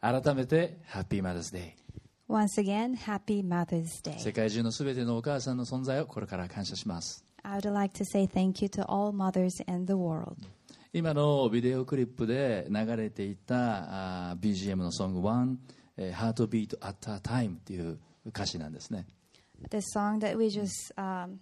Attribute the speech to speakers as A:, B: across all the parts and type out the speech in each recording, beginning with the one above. A: 改めて、ハッピーマザーズデ
B: Once again, happy Mother's
A: イ。世
B: Day.
A: 界中のすべてのお母さんの存在をこれから感謝します。
B: I would like to say thank you to all mothers in the world.
A: 今のビデオクリップで流れていたあー BGM のソング1「えー Heartbeat at a Time」っていう歌詞なんですね
B: The song that we just um,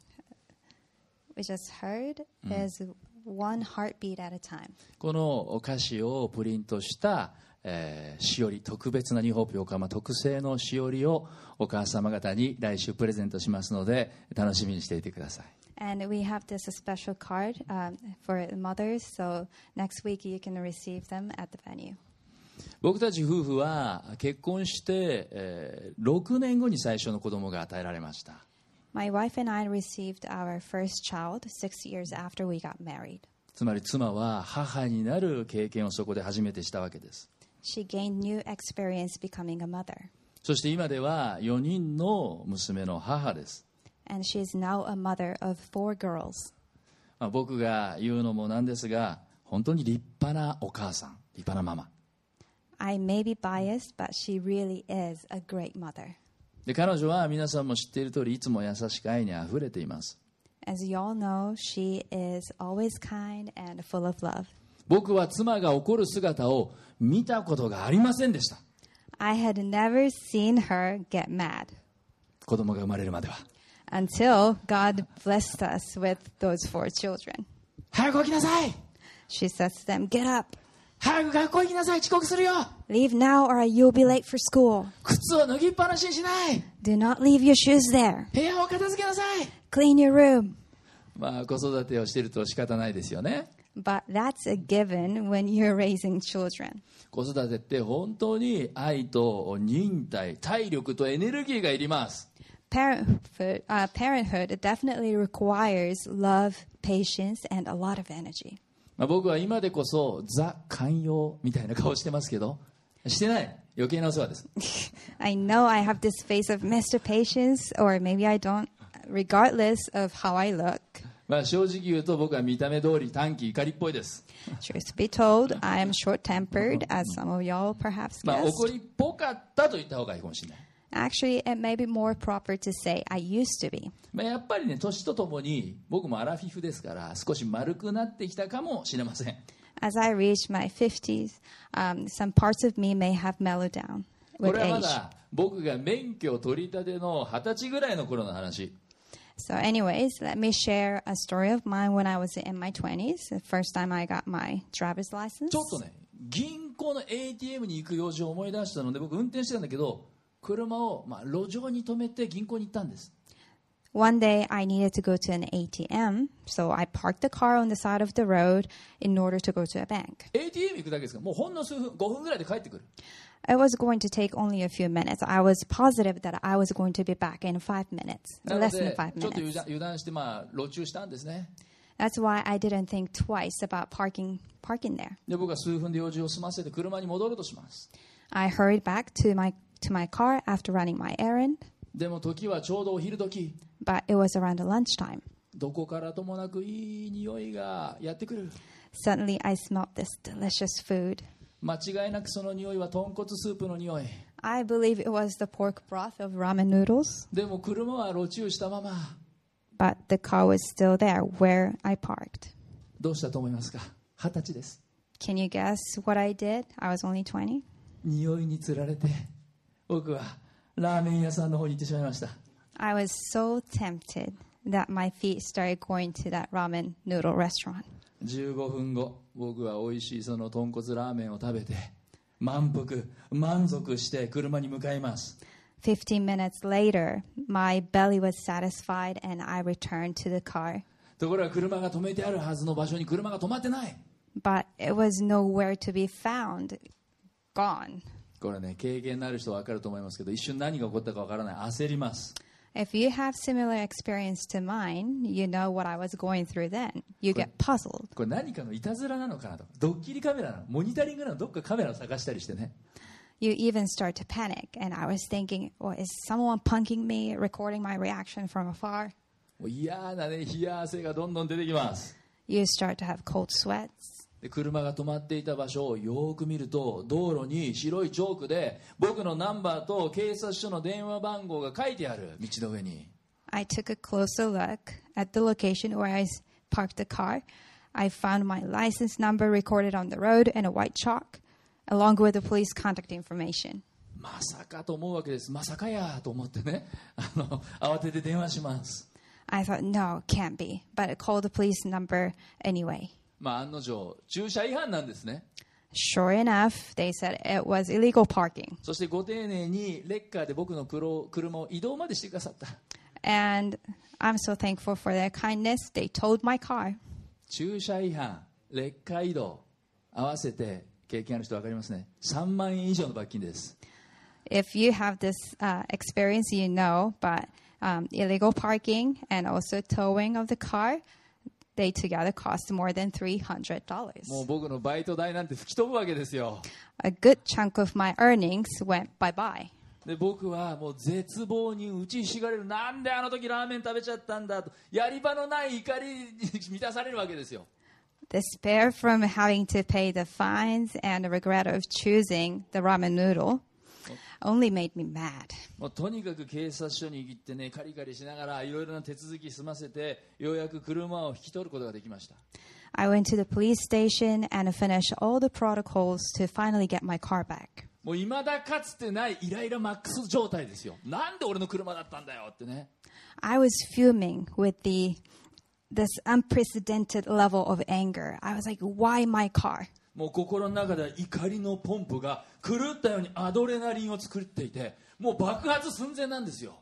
B: we just heard is one heartbeat at a time.
A: この歌詞をプリントした、えーしおり特別なニューホープ横浜特製のしおりをお母様方に来週プレゼントしますので楽しみにしていてください
B: And we have this special card um, for mothers, so next week you can receive them at the venue.
A: 僕たち夫婦は結婚して、えー6年後に最初の子供が与えられました
B: My wife and I received our first child six years after we got married.
A: つまり妻は母になる経験をそこで初めてしたわけです
B: She gained new experience becoming a mother,
A: そして今では4人の娘の母です。
B: and she is now a mother of four girls.
A: まあ、僕が言うのもなんですが、本当に立派なお母さん、立派なママ。
B: I may be biased, but she really is a great mother.
A: で、彼女は皆さんも知っている通り、いつも優しく愛にあふれています。
B: As you all know, she is always kind and full of love.
A: 僕は妻が怒る姿を見たことがありませんでした。
B: I had never seen her get mad
A: 子供が生まれるまでは。
B: until God blessed us with those four children.
A: 早く起きなさい
B: She says to them, Get up,
A: 早く学校行きなさい遅刻するよ
B: leave now, or you'll be late for school.
A: 靴を脱ぎっぱなしにしない
B: Do not leave your shoes there.
A: 部屋を片付けなさい
B: Clean your room.
A: まあ、子育てをしていると仕方ないですよね。
B: But that's a given when you're raising children.
A: 子育てって本当に愛と忍耐体力とエネルギーがいります
B: Parenthood, uh, parenthood it definitely requires love, patience, and a lot of energy.
A: まあ、僕は今でこそザ寛容みたいな顔してますけどしてない余計なお世話です
B: I know I have this face of Mr. Patience, or maybe I don't, regardless of how I look.
A: まあ正直言うと僕は見た目通り短期怒りっぽいです、
B: Truth be told, I am short tempered, as some of y'all perhaps
A: まあ、怒
B: guessed.
A: りっぽかったと言った方がいいかもしれない、
B: Actually, it may be more proper to say I used to be.
A: まあ、やっぱりね年とともに僕もアラフィフですから少し丸くなってきたかもしれません
B: As I reach my 50s, um, some parts of me may have mellowed down
A: こ
B: with
A: れはま
B: age.
A: だ僕が免許を取り立ての二十歳ぐらいの頃の話
B: So, anyways, let me share a story of mine when I was in my 20s, the first time I got my driver's license.
A: ちょっとね、銀行の ATM に行く用事を思い出したので、僕、運転してたんだけど、車を、まあ、路上に止めて銀行に行ったんです。
B: One day I needed to go to an ATM, so I parked the car on the side of the road in order to go to a bank.
A: ATM 行くだけですから、もうほんの数分、5分ぐらいで帰ってくる。
B: It was going to take only a few minutes. I was positive that I was going to be back in five minutes,
A: なの
B: less than
A: で、
B: five
A: ちょっと油
B: minutes.
A: 断油断して、まあ、路中したんですね。
B: That's why I didn't think twice about parking parking there.
A: で、僕は数分で用事を済ませて、車に戻ろうとします。
B: I hurried back to my to my car after running my errand,
A: でも、時はちょうどお昼時、
B: but it was around lunchtime.
A: どこからともなくいい匂いがやってくる。
B: Suddenly I smelled this delicious food.
A: 間違いなくその匂いは豚骨スープの匂い。
B: I believe it was the pork broth of ramen noodles,
A: でも、車は路中したまま、
B: but the car was still there where I parked.
A: どうしたと思いますか二十歳です。
B: Can you guess what I did? I was only 20.
A: 匂いにつられて僕はラーメン屋さんの方に行ってしまいました
B: I was so tempted that my feet started going to that ramen noodle restaurant.
A: 15分後僕は美味しいその豚骨ラーメンを食べて満腹満足して車に向かいます
B: 15 minutes later, my belly was satisfied and I returned to the car.
A: ところが車が止めてあるはずの場所に車が止まってない
B: But it was nowhere to be found. Gone.
A: これね経験のある人は分かると思いますけど一瞬何が起こったか分からない焦ります
B: If you have similar experience to mine, you know what I was going through then. You get puzzled.
A: これ何かのいたずらなのかなとかドッキリカメラなのモニタリングなのどっかカメラを探したりしてね
B: You even start to panic. And I was thinking, well, is someone punking me, recording my reaction from afar?
A: もう嫌なね冷や汗がどんどん出てきます
B: You start to have cold sweats.
A: でで車が止まっていた場所をよーく見ると道路に白いチョークで僕のナンバーと警察署の電話番号が書いてある道の上に
B: I took a closer look at the location where I s- parked the car. I found my license number recorded on the road and a white chalk, along with the police contact information.
A: まさかと思うわけですまさかやと思ってね あの慌てて電話します
B: I thought, no, can't be, but I called the police number anyway.
A: まあ案の定駐車違反なんですね
B: Sure enough, they said it was illegal parking.
A: そしてご丁寧にレッカーで僕の黒車を移動までしてくださった
B: And I'm so thankful for their kindness. They towed my car.
A: 駐車違反劣化移動合わせて経験ある人分かりますね3万円以上の罰金です
B: If you have this uh, experience, you know, but um, illegal parking and also towing of the car, they together cost more than $300.
A: もう僕のバイト代なんて吹き飛ぶわけですよ
B: A good chunk of my earnings went bye bye.
A: で僕はもう絶望に打ちひしがれるなんであの時ラーメン食べちゃったんだとやり場のない怒りに満たされるわけですよ
B: Despair from having to pay the fines and the regret of choosing the ramen noodle only made me mad.
A: もうとにかく警察署に行ってねカリカリしながらいろいろな手続き済ませてようやく車を引き取ることができました
B: I went to the police station and finished all the protocols to finally get my car back.
A: もう未だかつてないイライラマックス状態ですよなんで俺の車だったんだよってね
B: I was fuming with the this unprecedented level of anger. I was like, "Why my car?"
A: もう心の中では怒りのポンプが狂ったようにアドレナリンを作っていてもう爆発寸前なんですよ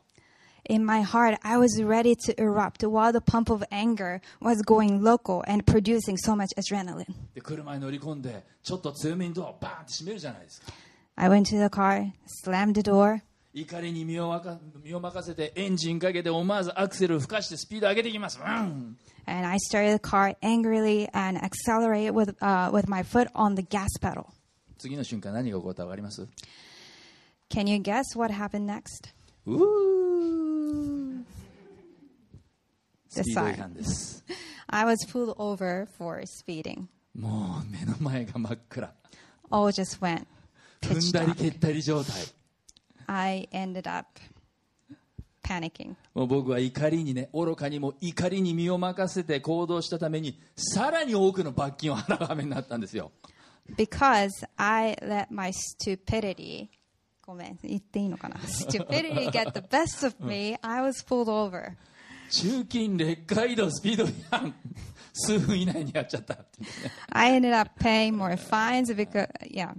B: In my heart, I was ready to erupt while the pump of anger was going local and producing so much adrenaline.
A: で車に乗り込んでちょっと強めにドアをバーンって閉めるじゃないですか
B: I went to the car, slammed the door.
A: 怒りに身をわか身を任せてエンジンかけて思わずアクセルを吹かしてスピード上げていきます、うん、
B: And I started the car angrily and accelerated with, uh, with my foot on the gas pedal.
A: 次の瞬間何が起こったか分かります
B: Can you guess what happened next?
A: うースピード違
B: Decide.
A: 反です
B: I was pulled over for speeding.
A: もう目の前が真っ暗
B: All just went
A: 踏ん
B: pitch
A: だり
B: dark.
A: 蹴ったり状態
B: I ended up panicking.
A: もう僕は怒りにね愚かにも怒りに身を任せて行動したためにさらに多くの罰金を払う羽目になったんですよ
B: Because I let my stupidity, ごめん、言っていいのかな？stupidity get the best of me, I was pulled over.
A: 中金劣化移動スピード違反数分以内にやっちゃったっていうね
B: I ended up paying more fines because, yeah,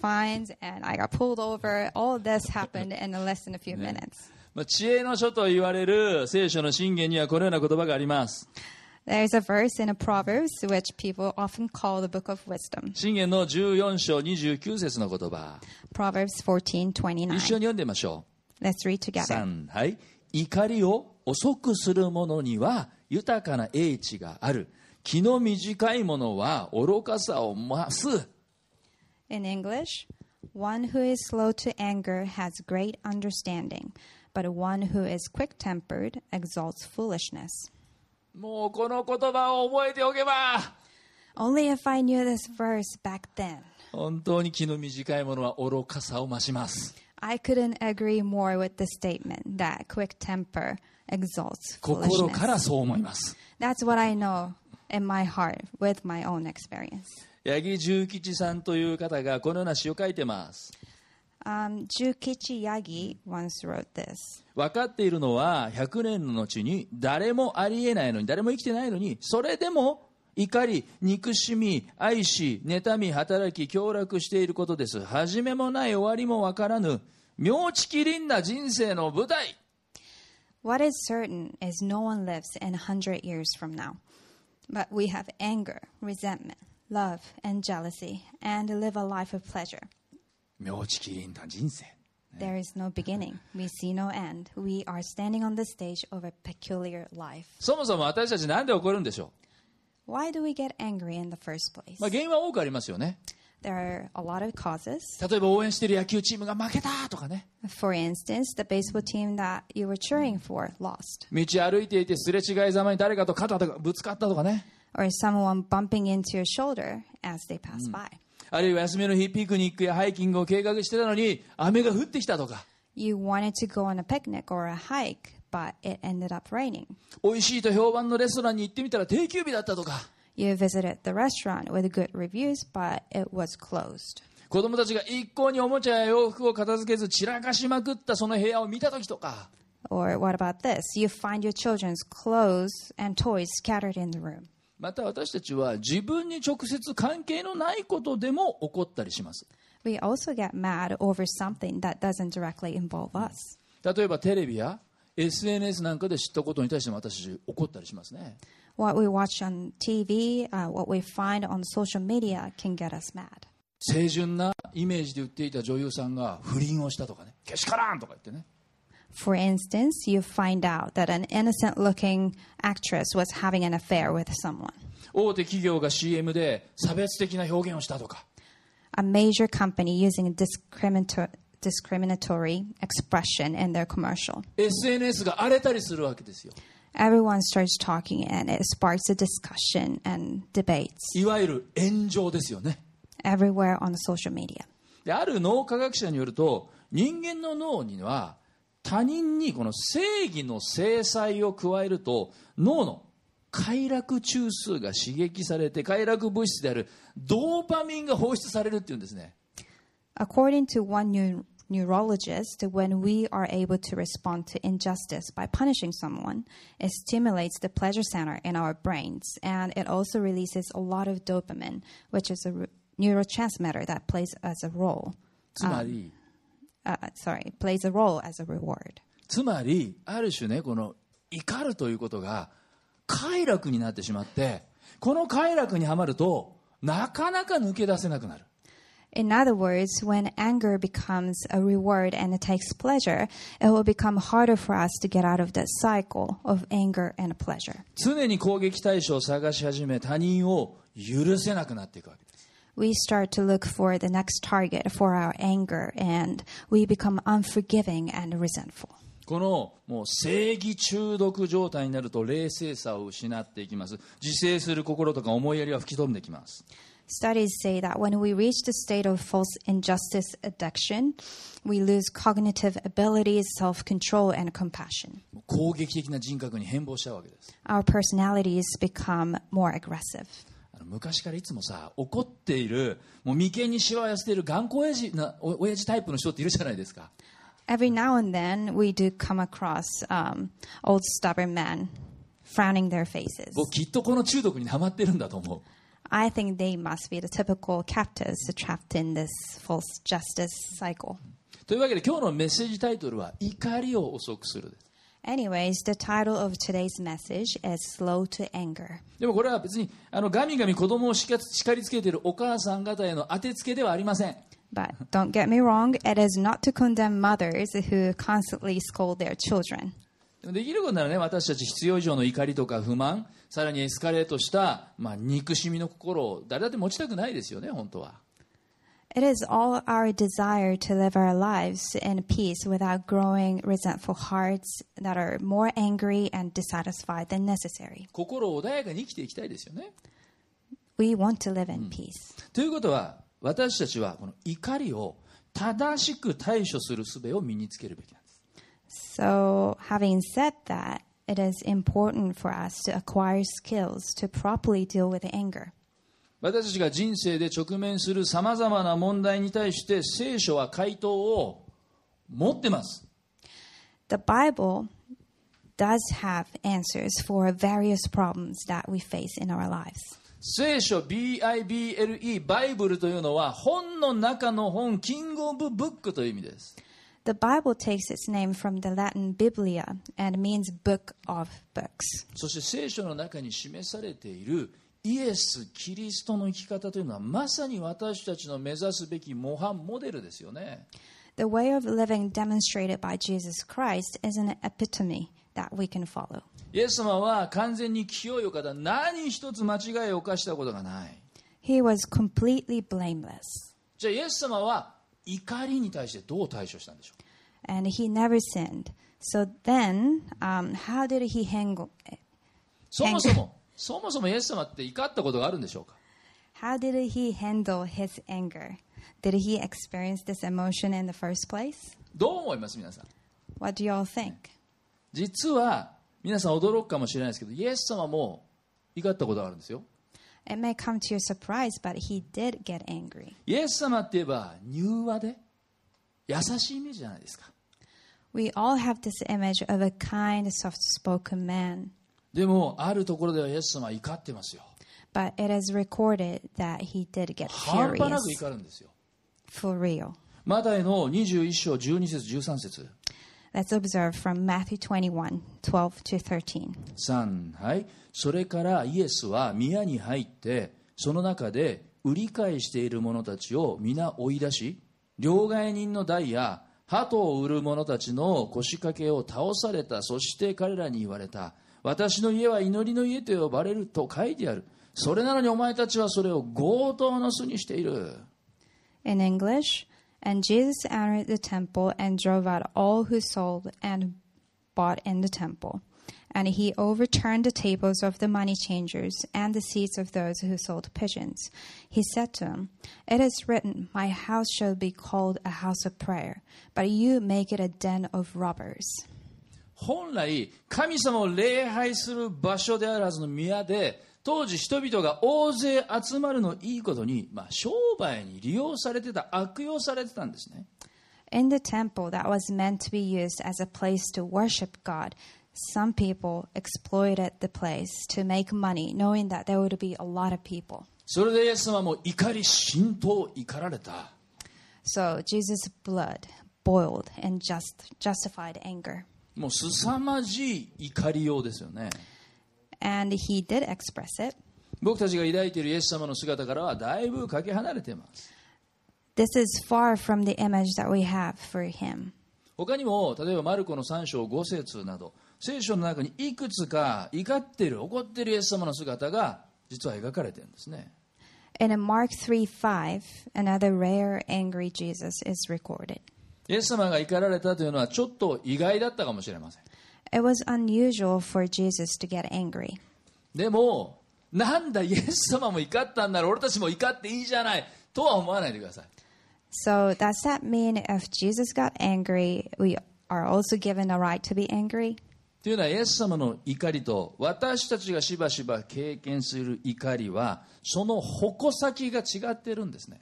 B: fines, and I got pulled over. All this happened in less than a few minutes.
A: まあ、知恵の書と言われる聖書の信玄にはこのような言葉があります
B: There's a verse in a Proverbs which people often call the book of wisdom.
A: 信玄の14章29節の言葉
B: Proverbs 14, 29.
A: 一緒に読んでみましょ
B: Let's read
A: う
B: together.
A: 3はい怒りを遅くする者には豊かな英知がある気の短い者は愚かさを増す
B: In English, one who is slow to anger has great understanding, but one who is quick tempered exalts foolishness.
A: もうこの言葉を覚えておけば
B: Only if I knew this verse back then.
A: 本当に気の短い者は愚かさを増します
B: I couldn't agree more with the statement that quick temper exalts
A: 心か
B: foolishness.
A: らそう思います
B: That's what I know in my heart with my own experience.
A: 八木重吉さんという方がこのような詩を書いてます
B: Um, Jukichi Yagi once wrote this.
A: 分かっているのは100年の後に誰もありえないのに誰も生きてないのにそれでも怒り憎しみ愛し妬み働き凶楽していることです始めもない終わりもわからぬ妙地凛な人生の舞台
B: What is certain is no one lives in a hundred years from now. But we have anger, resentment, love, and jealousy, and live a life of pleasure.
A: 妙地凛な人生
B: There is no beginning. We see no end. We are standing on the stage of a peculiar life.
A: そもそも私たちなんで怒るんでしょ
B: Why do we get angry in the first place?
A: う、まあ、原因は多くありますよね
B: There are a lot of causes.
A: 例えば応援している野球チームが負けたとかね
B: For instance, the baseball team that you were cheering for lost,
A: 道歩いていてすれ違いざまに誰かと肩とかぶつかったとかね
B: or someone bumping into your shoulder as they pass by.
A: あるいは休みの日、ピクニックやハイキングを計画してたのに、雨が降ってきたとか、
B: You wanted to go on a picnic or a hike, but it ended up raining.
A: 美味しいと評判のレストランに行ってみたら定休日だったとか、
B: You visited the restaurant with good reviews, but it was closed.
A: 子供たちが一向におもちゃや洋服を片付けず散らかしまくったその部屋を見た時とか、
B: Or what about this? You find your children's clothes and toys scattered in the room.
A: また私たちは自分に直接関係のないことでも怒ったりします。
B: We also get mad over something that doesn't directly involve us.
A: 例えばテレビや SNS なんかで知ったことに対しても私たち怒ったりしますね。
B: What we watch on TV, uh, what we find on social media can get us mad.
A: 清純なイメージで売っていた女優さんが不倫をしたとかね、けしからんとか言ってね。
B: For instance, you find out that an innocent looking actress was having an affair with someone.
A: 大手企業が CM で差別的な表現をしたとか
B: A major company using a discriminator- discriminatory expression in their commercial.
A: SNS が荒れたりするわけですよ
B: Everyone starts talking and it sparks a discussion and debates
A: いわゆる炎上ですよね
B: everywhere on social media.
A: である脳科学者によると人間の脳には他人にこの正義の制裁を加えると脳の快楽中枢が刺激されて快楽物質であるドーパミンが放出されるっていうんですね
B: According to one new neurologist, when we are able to respond to injustice by punishing someone, it stimulates the pleasure center in our brains and it also releases a lot of dopamine, which is a re- neurotransmitter that plays as a role.
A: つまり、
B: Uh, sorry, plays a role as a reward.
A: つまりある種ねこの怒るということが快楽になってしまってこの快楽にはまるとなかなか抜け出せなくなる
B: In other words, when anger becomes a reward and it takes pleasure, it will become harder for us to get out of that cycle of anger and pleasure.
A: 常に攻撃対象を探し始め他人を許せなくなっていくわけです
B: We start to look for the next target for our anger and we become unforgiving and resentful.
A: このもう正義中毒状態になると冷静さを失っていきます自制する心とか思いやりは吹き飛んできます
B: Studies say that when we reach the state of false injustice addiction, we lose cognitive abilities, self control, and compassion.
A: もう攻撃的な人格に変貌しちゃうわけです
B: Our personalities become more aggressive.
A: あの昔からいつもさ怒っているもう眉間にしわを寄せている頑固親父なお親父タイプの人っているじゃないですか
B: Every now and then, we do come across um, old stubborn men frowning their faces.
A: 僕きっとこの中毒にはまってるんだと思う
B: I think they must be the typical captives trapped in this false justice cycle.
A: というわけで今日のメッセージタイトルは「怒りを遅くする」です。
B: Anyways, the title of today's message is Slow to Anger.
A: でもこれは別にあのガミガミ子供を叱叱りつけているお母さん方への当てつけではありません
B: But don't get me wrong, it is not to condemn mothers who constantly scold their children.
A: でもできることならね私たち必要以上の怒りとか不満さらにエスカレートした、まあ、憎しみの心を誰だって持ちたくないですよね本当は
B: It is all our desire to live our lives in peace without growing resentful hearts that are more angry and dissatisfied than necessary.
A: 心を穏やかに生きていきたいですよね
B: We want to live in peace.
A: ということは私たちはこの怒りを正しく対処する術を身につけるべきなんです
B: So, having said that, it is important for us to acquire skills to properly deal with anger.
A: 私たちが人生で直面するさまざまな問題に対して聖書は回答を持ってます。
B: The Bible does have answers for various problems that we face in our lives.
A: 聖書 BIBLE バイブルというのは本の中の本キングオブブックという意味です。
B: The Bible takes its name from the Latin Biblia and means book of books.
A: そして聖書の中に示されているイエス・キリストの生き方というのはまさに私たちの目指すべき模範モデルですよね。
B: The way of living demonstrated by Jesus Christ is an epitome that we can follow.
A: イエス様は完全に清いお方何一つ間違いを犯したことがない。
B: He was completely blameless,
A: じゃあイエス様は怒りに対してどう対処したんでしょう
B: and he never sinned. So then, um, how did he handle?
A: そもそも、そもそもイエス様って怒ったことがあるんでしょうか
B: How did he handle his anger? Did he experience this emotion in the first place?
A: どう思います皆さん
B: What do you all think?
A: 実は皆さん驚くかもしれないですけどイエス様も怒ったことがあるんですよ
B: It may come to your surprise, but he did get angry.
A: イエス様って言えば柔和で優しいイメージじゃないですか
B: We all have this image of a kind, soft spoken man,
A: でもあるところではイエス様は怒ってますよ
B: but it is recorded that he did get
A: 半端な
B: furious
A: く怒るんですよ
B: for real.
A: マタイの21章12節13節
B: Let's observe from Matthew 21 12 to 13.
A: 3はいそれからイエスは宮に入ってその中で売り買いしている者たちを皆追い出し両替人の代や鳩を売る者たちの腰掛けを倒されたそして彼らに言われた私の家は祈りの家と呼ばれると書いてあるそれなのにお前たちはそれを強盗の巣にしている
B: In English, and Jesus entered the temple and drove out all who sold and bought in the temple. And he overturned the tables of the money changers and the seats of those who sold pigeons. He said to them, It is written, My house shall be called a house of prayer, but you make it a den of robbers.
A: 本来神様を礼拝する場所であるはずの宮で当時人々が大勢集まるのをいいことに、まあ、商売に利用されてた悪用されてたんですね
B: In the temple that was meant to be used as a place to worship God, some people exploited the place to make money, knowing that there would be a lot of people.
A: それでイエス様も怒り浸透怒られた
B: So Jesus' blood boiled and just justified anger.
A: もう凄まじい怒りようですよね
B: And he did express it.
A: 僕たちが抱いているイエス様の姿からはだいぶかけ離れています
B: This is far from the image that we have for him.
A: 他にも例えばマルコの3章5節など聖書の中にいくつか怒ってる怒ってるイエス様の姿が実は描かれてるんですね
B: And in Mark 3 5, another rare angry Jesus is recorded.
A: イエス様が怒られたというのはちょっと意外だったかもしれません
B: It was unusual for Jesus to get angry.
A: でもなんだイエス様も怒ったんなら俺たちも怒っていいじゃないとは思わないでください
B: So does that mean if Jesus got angry, we are also given a right to be angry?
A: というのはイエス様の怒りと私たちがしばしば経験する怒りはその矛先が違ってるんですね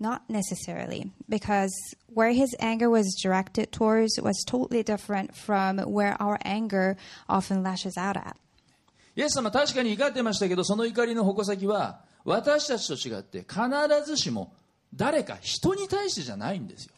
B: Not necessarily, because where his anger was directed towards was totally different from where our anger often lashes out at.
A: イエス様確かに怒ってましたけどその怒りの矛先は私たちと違って必ずしも誰か人に対してじゃないんですよ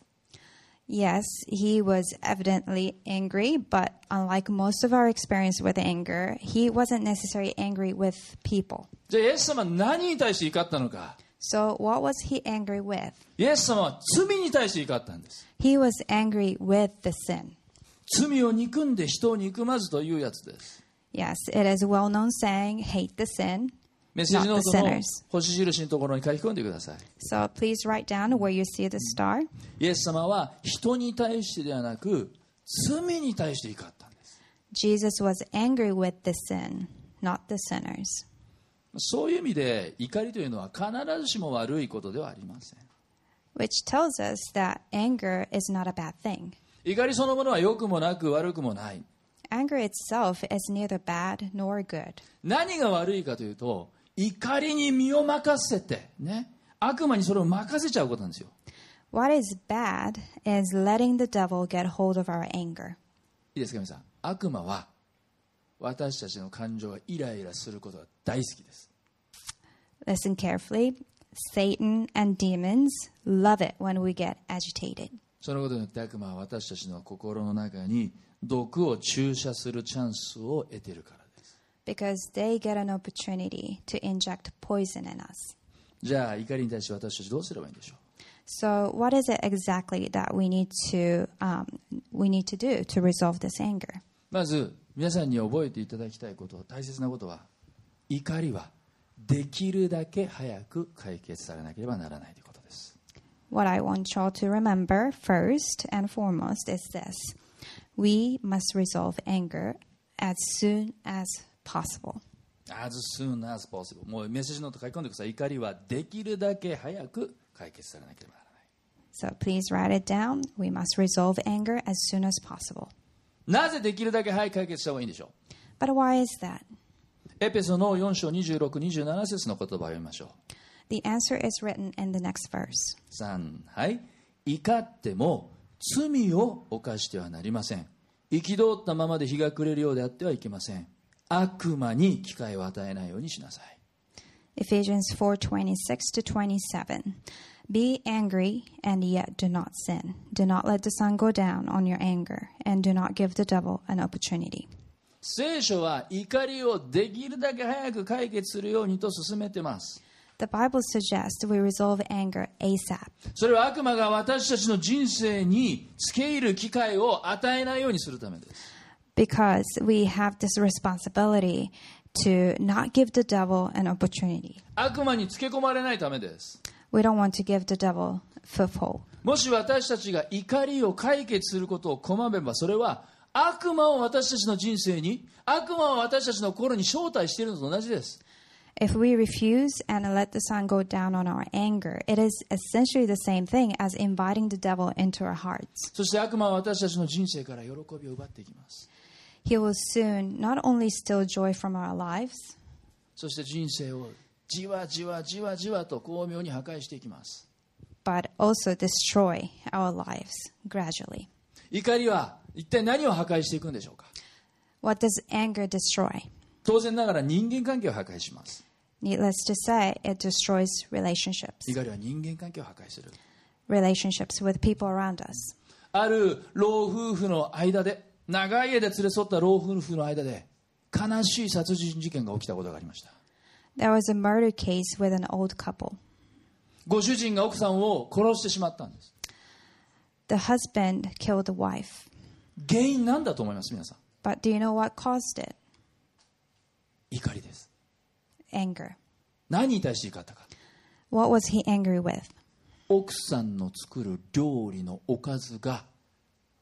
B: Yes, he was evidently angry, but unlike most of our experience with anger, he wasn't necessarily angry with people.
A: じゃあイエス様は何に対して怒ったのか
B: So, what was he angry with?
A: イエス様は罪に対して怒ったんです
B: He was angry with the sin.
A: 罪を憎んで人を憎まずというやつです。
B: Yes, it is a well known saying, hate the sin.
A: メッセージノート
B: Not the
A: の
B: sinners.
A: 星印のところに書き込んでください。
B: So, please write down where you see the star.
A: イエス様は人に対してではなく、罪に対して怒ったんです。
B: Jesus was angry with the sin, not the sinners.
A: そういう意味で怒りというのは必ずしも悪いことではありません。
B: Which tells us that anger is not a bad thing.
A: 怒りそのものは良くもなく悪くもない。
B: Anger itself is neither bad nor good.
A: 何が悪いかというと、怒りに身を任せて、ね、悪魔にそれを任せちゃうことなんですよ。
B: What is bad is letting the devil get hold of our anger.
A: いいですか、皆さん。悪魔は私たちの感情がイライラすることが大好きです。
B: Listen carefully. Satan and demons love it when we get agitated.
A: そのことによって悪魔は私たちの心の中に毒を注射するチャンスを得ているからです。
B: because they get an opportunity to inject poison in us.
A: じゃあ怒りに対して私たちどうすればいいんでしょ
B: So, what is it exactly that we need to um, we need to do to resolve this anger?
A: うまず皆さんに覚えていただきたいこと大切なことは怒りはできるだけ早く解決されなければならないということです。
B: What I want y'all to remember first and foremost is this: we must resolve anger as soon as possible.
A: as soon as possible もうメッセージノート書き込んでください怒りはできるだけ早く解決されなければならない
B: So please write it down. We must resolve anger as soon as possible.
A: なぜできるだけ早く解決した方がいいんでしょ
B: But why is
A: う
B: that?
A: エペソの4章2627節の言葉を読みましょう
B: The answer is written in the next verse.
A: 3はい怒っても罪を犯してはなりません憤ったままで日が暮れるようであってはいけません悪魔に機会を与えないようにしなさい
B: Ephesians 4:26 to 27. Be angry and yet do not sin. Do not let the sun go down on your anger and do not give the devil an opportunity.
A: 聖書は怒りをできるだけ早く解決するようにと勧めてます
B: The Bible suggests we resolve anger ASAP.
A: それは悪魔が私たちの人生につけ入る機会を与えないようにするためです
B: because we have this responsibility to not give the devil an opportunity.
A: 悪魔につけ込まれないためです
B: We don't want to give the devil foothold.
A: もし私たちが怒りを解決することを拒めばそれは悪魔を私たちの人生に悪魔を私たちの心に招待しているのと同じです
B: If we refuse and let the sun go down on our anger, it is essentially the same thing as inviting the devil into our hearts.
A: そして悪魔は私たちの人生から喜びを奪っていきます
B: He will soon not only steal joy from our lives,
A: そして人生をじわじわじわじわと巧妙に破壊していきます
B: but also destroy our lives gradually.
A: 怒りは一体何を破壊していくんでしょうか
B: What does anger destroy?
A: 当然ながら人間関係を破壊します
B: Needless to say, it destroys relationships,
A: 怒りは人間関係を破壊する
B: relationships with people around us.
A: ある老夫婦の間で長い家で連れ添った老夫婦の間で悲しい殺人事件が起きたことがありました
B: There was a murder case with an old couple.
A: ご主人が奥さんを殺してしまったんです
B: The husband killed the wife.
A: 原因なんだと思います皆さん
B: But do you know what caused it?
A: 怒りです
B: Anger.
A: 何に対して怒ったか
B: What was he angry with?
A: 奥さんの作る料理のおかずが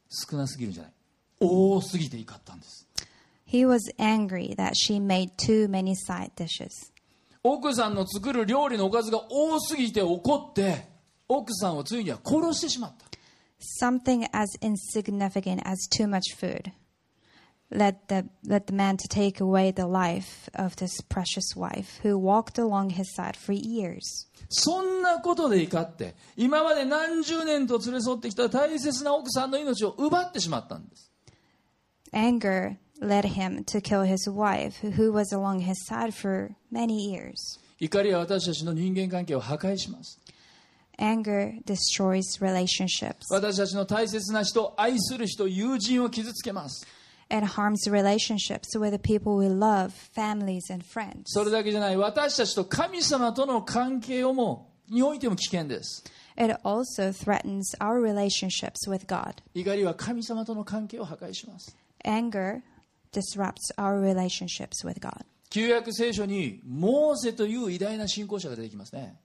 A: 少なすぎるんじゃない多すぎて怒ったんです
B: He was angry that she made too many side dishes.
A: 奥さんの作る料理のおかずが多すぎて怒って奥さんをついには殺してしまった
B: Something as insignificant as too much food led the, led the man to take away the life of this precious wife who walked along his side for years.
A: そんなことで怒って今まで何十年と連れ添ってきた大切な奥さんの命を奪ってしまったんです
B: Anger led him to kill his wife, who was along his side for many years.
A: 怒りは私たちの人間関係を破壊します
B: Anger destroys relationships.
A: 私たちの大切な人愛する人友人を傷つけます
B: It harms relationships with the people we love, families, and friends.
A: それだけじゃない私たちと神様との関係をもにおいても危険です
B: It also threatens our relationships with God.
A: 怒りは神様との関係を破壊します
B: Anger disrupts our relationships with God.
A: 旧約聖書にモーセという偉大な信仰者が出てきますね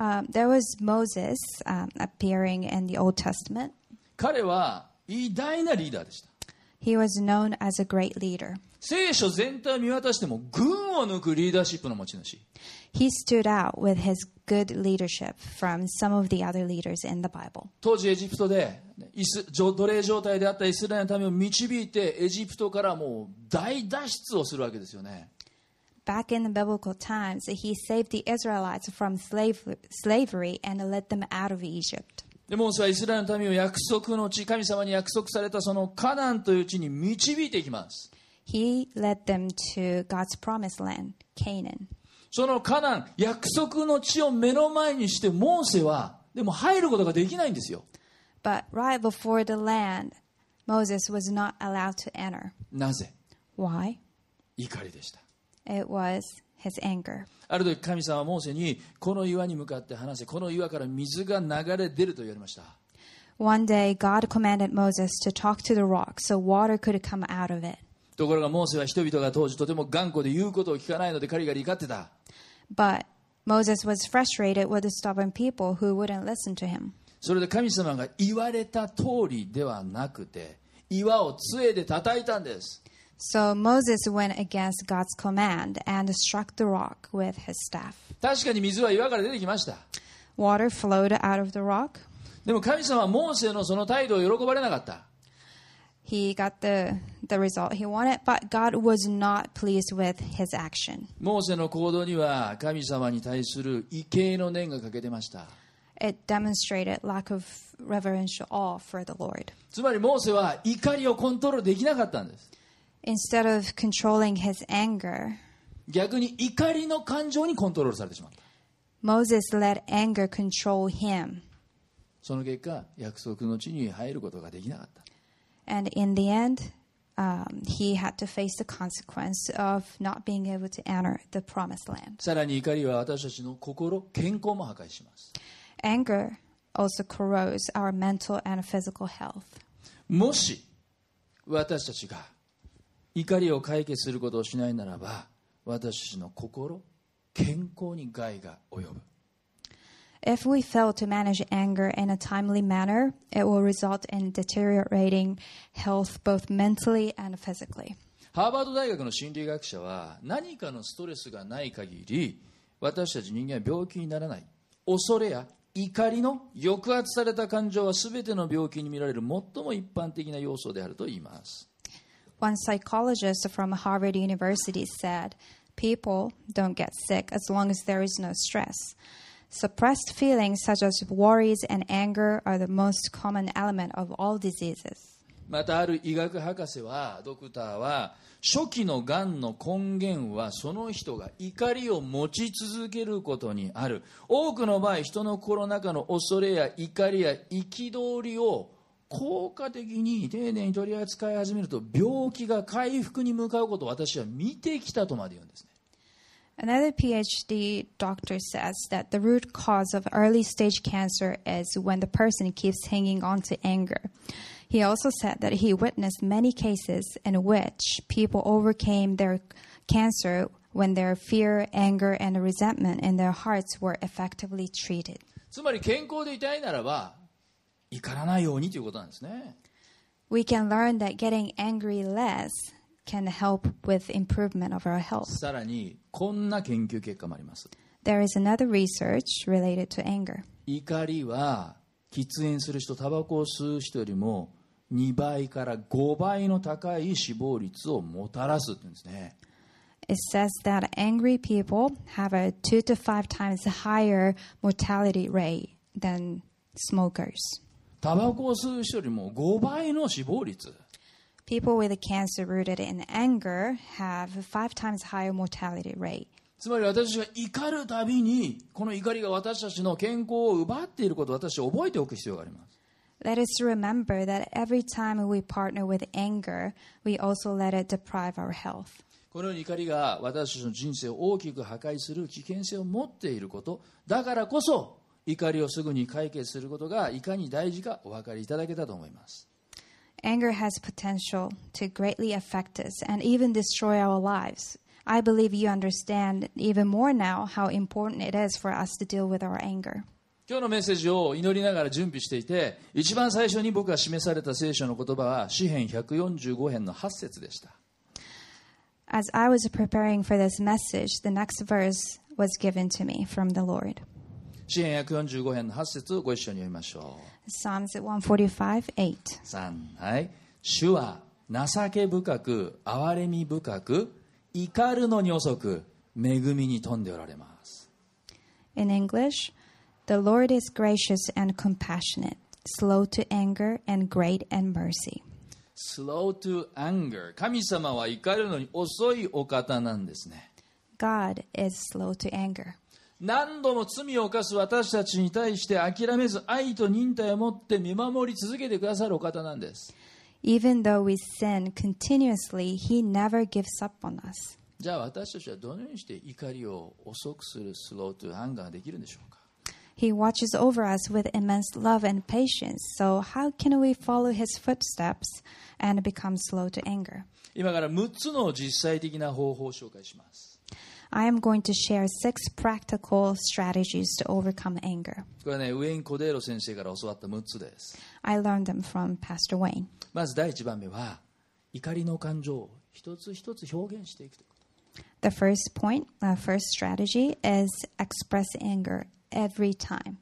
B: Um, there was Moses um, appearing in the Old Testament.
A: 彼は偉大なリーダーでした
B: He was known as a great leader.
A: 聖書全体を見渡しても群を抜くリーダーシップの持ち主
B: He stood out with his good leadership from some of the other leaders in the Bible.
A: 当時エジプトでイス奴奴隷状態であったイスラエルの民を導いてエジプトからもう大脱出をするわけですよね
B: Back in the biblical times, he saved the Israelites from slave- slavery and led them out of Egypt.
A: でモーセはイスラエルの民を約束の地神様に約束されたそのカナンという地に導いていきます
B: He led them to God's promised land, Canaan.
A: そのカナン約束の地を目の前にしてモーセはでも入ることができないんですよ
B: But right before the land, Moses was not allowed to enter.
A: なぜ
B: Why?
A: 怒りでした
B: It was his anger.
A: ある時神様はモーセにこの岩に向かって話せこの岩から水が流れ出ると言われました
B: One day, God commanded Moses to talk to the rock so water could come out of it.
A: ところがモーセは人々が当時とても頑固で言うことを聞かないのでカリガリ怒ってた
B: But Moses was frustrated with the stubborn people who wouldn't listen to him.
A: それで神様が言われた通りではなくて岩を杖で叩いたんです
B: So Moses went against God's command and struck the rock with his staff.
A: 確かに水は岩から出てきました
B: Water flowed out of the rock.
A: でも神様はモーセのその態度を喜ばれなかった
B: He got the, the result he wanted, but God was not pleased with his action.
A: モーセの行動には神様に対する畏敬の念が欠けてました
B: It demonstrated lack of reverential awe for the Lord.
A: つまりモーセは怒りをコントロールできなかったんです
B: Instead of controlling his anger,
A: 逆に怒りの感情にコントロールされてしまった
B: Moses let anger control him.
A: その結果約束の地に入ることができなかった
B: And in the end, um, he had to face the consequence of not being able to enter the promised land.
A: さらに怒りは私たちの心健康も破壊します
B: Anger also corrodes our mental and physical health.
A: もし私たちが怒りを解決することをしないならば私たちの心健康に害が及ぶ
B: If we fail to manage anger in a timely manner, it will result in deteriorating health both mentally and physically.
A: ハーバード大学の心理学者は何かのストレスがない限り私たち人間は病気にならない恐れや怒りの抑圧された感情は全ての病気に見られる最も一般的な要素であると言います
B: One psychologist from Harvard University said, People don't get sick as long as there is no stress. Suppressed feelings such as worries and anger are the most common element of all diseases.
A: またある医学博士はドクターは初期のがんの根源はその人が怒りを持ち続けることにある多くの場合人の心の中の恐れや怒りや憤りを効果的に丁寧に取り扱い始めると病気が回復に向かうことを私は見てきたとまで言うんですね
B: Another PhD doctor says that the root cause of early stage cancer is when the person keeps hanging on to anger. He also said that he witnessed many cases in which people overcame their cancer when their fear, anger, and resentment in their hearts were effectively treated.
A: つまり健康でいたいならば怒らないようにということなんですね
B: We can learn that getting angry less can help with improvement of our health.
A: さらにこんな研究結果もあります
B: There is another research related to anger.
A: 怒りは喫煙する人タバコを吸う人よりも2倍から5倍の高い死亡率をもたらすって言うんですね
B: It says that angry people have a two to five times higher mortality rate than smokers.
A: タバコを吸う人よりも5倍の死亡率
B: People with cancer rooted in anger have a five times higher mortality rate.
A: つまり私が怒るたびにこの怒りが私たちの健康を奪っていることを私は覚えておく必要があります
B: Let us remember that every time we partner with anger, we also let it deprive our health.
A: このように怒りが私たちの人生を大きく破壊する危険性を持っていることだからこそ怒りをすぐに解決することがいかに大事かお分かりいただけたと思います
B: Anger has potential to greatly affect us and even destroy our lives. I believe you understand even more now how important it is for us to deal with our anger.
A: 今日のメッセージを祈りながら準備していて一番最初に僕が示された聖書の言葉は詩編145編の8節でした
B: As I was preparing for this message, the next verse was given to me from the Lord.
A: 詩編145編の8節をご一緒に読みましょ
B: Psalms 145 8.
A: う3はい主は情け深く憐れみ深く怒るのに遅く恵みに富んでおられます
B: In English, the Lord is gracious and compassionate, slow to anger, and great in mercy.
A: Slow to anger 神様は怒るのに遅いお方なんですね
B: God is slow to anger.
A: 何度も罪を犯す私たちに対して諦めず愛と忍耐を持って見守り続けてくださるお方なんです
B: Even though we sin continuously, He never gives up on us.
A: じゃあ私たちはどのようにして怒りを遅くするスロートゥハンガーができるんでしょうか
B: He watches over us with immense love and patience, so how can we follow His footsteps and become slow to anger?
A: 今から6つの実際的な方法を紹介します
B: I am going to share six practical strategies to overcome anger.
A: これはねウェイン・コデーロ先生から教わった6つです
B: I learned them from Pastor Wayne.
A: まず第1番目は怒りの感情を一つ一つ表現していくということ
B: The first point, uh, first strategy is express anger every time.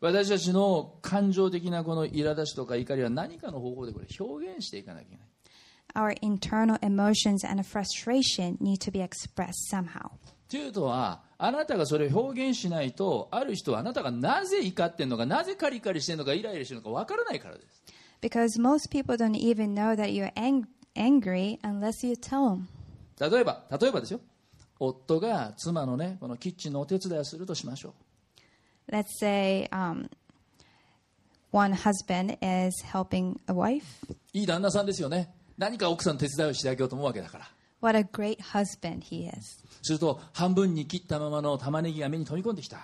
A: 私たちの感情的なこの苛立ちとか怒りは何かの方法でこれ表現していかなきゃいけない
B: Our internal emotions and frustration need to be expressed somehow.
A: というとはあなたがそれを表現しないとある人はあなたがなぜ怒ってんのかなぜカリカリしてんのかイライラしてんのかわからないからです
B: Because most people don't even know that you're ang- angry unless you tell them.
A: 例えば例えばですよ夫が妻のねこのキッチンのお手伝いをするとしましょう
B: Let's say um, one husband is helping a wife.
A: いい旦那さんですよね何か奥さんの手伝いをしてあげようと思うわけだから
B: What a great husband he is.
A: すると半分に切ったままの玉ねぎが目に飛び込んできた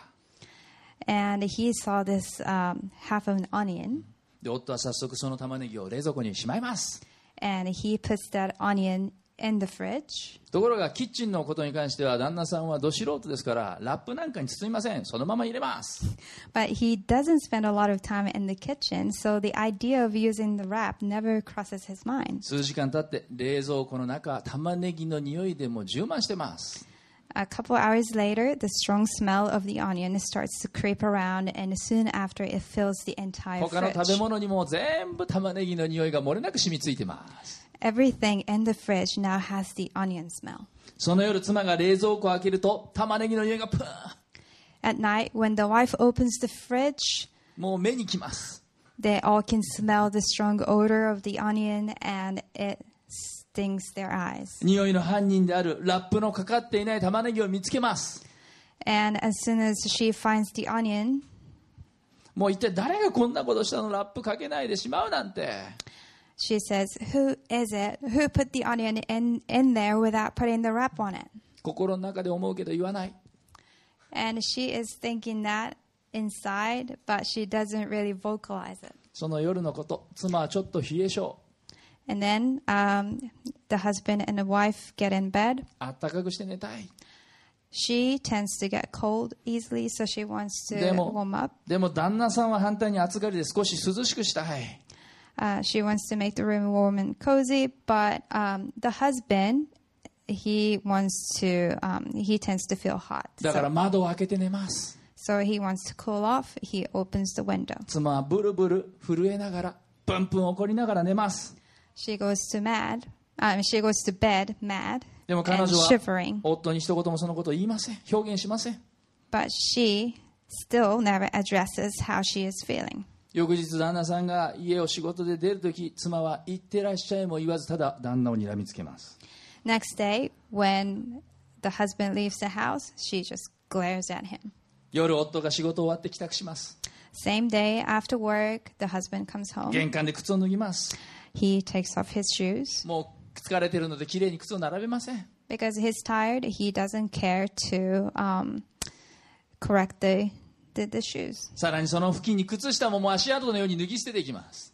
B: And he saw this um, half of an onion,
A: で夫は早速その玉ねぎを冷蔵庫にしまいます
B: and he puts that onion in the fridge.
A: ところがキッチンのことに関しては旦那さんはど素人ですからラップなんかに包みませんそのまま入れます
B: But he doesn't spend a lot of time in the kitchen, so the idea of using the wrap never crosses his mind.
A: 数時間経って冷蔵庫の中玉ねぎの匂いでもう充満してます
B: A couple hours later, the strong smell of the onion starts to creep around, and soon after, it fills the entire
A: 他の食べ
B: fridge.
A: 物にも全部玉ねぎの匂いが漏れなく染みついてます
B: Everything in the fridge now has the onion smell.
A: その夜妻が冷蔵庫を開けると玉ねぎの匂いがプーン
B: At night, when the wife opens the fridge,
A: もう目にきます
B: they all can smell the strong odor of the onion, and it stings their eyes.
A: 匂いの犯人であるラップのかかっていない玉ねぎを見つけます
B: And as soon as she finds the onion,
A: もう一体誰がこんなことしたのラップかけないでしまうなんて
B: She says, Who is it? Who put the onion in, in there without putting the wrap on it?
A: 心の中で思うけど言わない
B: And she is thinking that inside, but she doesn't really vocalize it.
A: その夜のこと妻はちょっと冷え性
B: And then um, the husband and the wife get in bed.
A: あったかくして寝たい
B: She tends to get cold easily, so she wants to
A: でも
B: warm up.
A: でも旦那さんは反対に暑がりで少し涼しくしたい
B: Uh, she wants to make the room warm and cozy, but um, the husband, he wants to, um, he tends to feel hot.
A: だから
B: So,
A: 窓を開けて寝ます
B: so he wants to cool off. He opens the window.
A: 妻はブルブル震えながらプンプン怒りながら寝ます
B: She goes to mad. Um, she goes to bed mad
A: でも彼
B: and
A: 女は
B: shivering,
A: 夫に一言もそのことを言いません表現しません
B: but she still never addresses how she is feeling.
A: 翌日旦那さんが家を仕事で出るとき妻は「行ってらっしゃい」も言わずただ旦那を睨みつけます
B: Next day, when the husband leaves the house, she just glares at him.
A: 夜夫が仕事終わって帰宅します
B: Same day after work, the husband comes home.
A: 玄関で靴を脱ぎます
B: He takes off his shoes
A: もう疲れてるので綺麗に靴を並べません
B: because he's tired. He doesn't care to um, correct the, the the shoes.
A: さらにその付近に靴下ももう足跡のように脱ぎ捨てていきます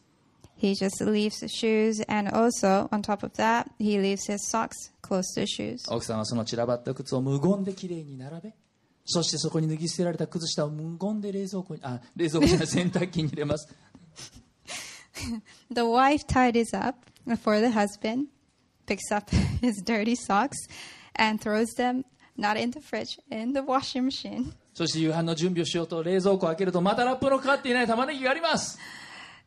B: He just leaves the shoes, and also on top of that, he leaves his socks close to his shoes.
A: 奥さんはその散らばった靴を無言できれいに並べそしてそこに脱ぎ捨てられた靴下を無言で冷蔵庫にあ冷蔵庫 じゃない洗濯機に入れます
B: The wife tidies up for the husband, picks up his dirty socks, and throws them not in the fridge, in the washing machine.
A: そして夕飯の準備をしようと冷蔵庫を開けるとまたラップのかかっていない玉ねぎがあります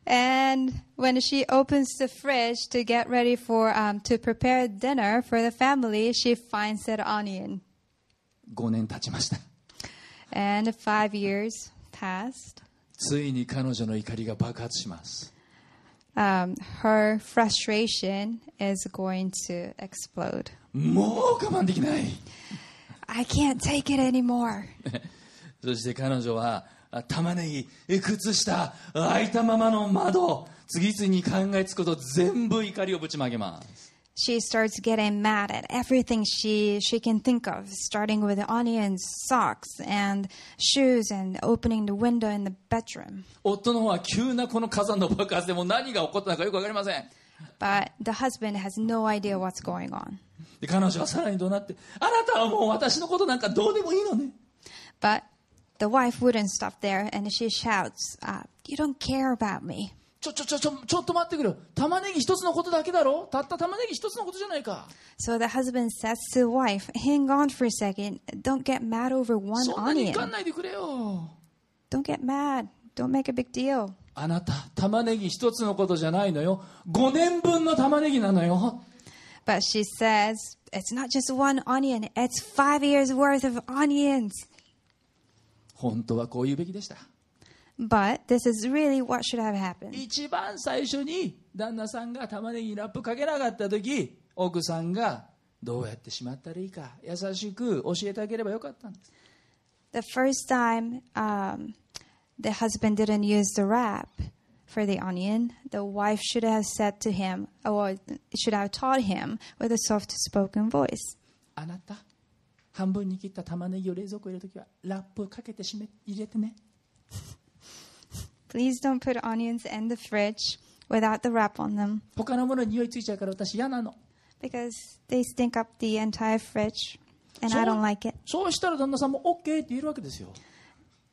B: And when she opens the fridge to get ready for um, to prepare dinner for the family, she finds that onion.
A: 5年経ちました
B: And five years passed.
A: ついに彼女の怒りが爆発します
B: um, her frustration is going to explode.
A: もう我慢できない
B: I can't take it anymore.
A: そして彼女はあ玉ねぎえ靴下開いたままの窓次々に考えつくこと全部怒りをぶちまけます
B: She starts getting mad at everything she she can think of, starting with the onions, socks, and shoes, and opening the window in the bedroom.
A: 夫の方は急なこの火山の爆発でもう何が起こったのかよく分かりません
B: But the husband has no idea what's going on.
A: で彼女はさらに怒鳴って「あなたはもう私のことなんかどうでもいいのね
B: But the wife wouldn't stop there, and she shouts, uh, "You don't care about me."
A: ちょちょちょちょちょっと待ってくれよ玉ねぎ一つのことだけだろたった玉ねぎ一つのことじゃないか
B: So the husband says to the wife, Hang on for a second. Don't get mad over one
A: そんなに怒ん
B: onion.
A: ないでくれよ
B: Don't get mad. Don't make a big deal.
A: あなた玉ねぎ一つのことじゃないのよ5年分の玉ねぎなのよ
B: But she says, It's not just one onion, it's five years worth of onions.
A: 本当はこう言うべきでした
B: But this is really what should have happened.
A: 一番最初に旦那さんが玉ねぎにラップかけなかった時奥さんがどうやってしまったらいいか優しく教えてあげればよかったんです
B: The first time um, the husband didn't use the wrap for the onion, the wife should have said to him, or should have taught him with a soft spoken voice.
A: あなた半分に切った玉ねぎを冷蔵庫に入れる時はラップをかけてしめ入れてね
B: Please don't put onions in the fridge without the wrap on them
A: 他のものに匂いついちゃうから私嫌なの
B: because they stink up the entire fridge and
A: So
B: I
A: what-
B: don't like it.
A: そうしたら旦那さんも OK って言えるわけですよ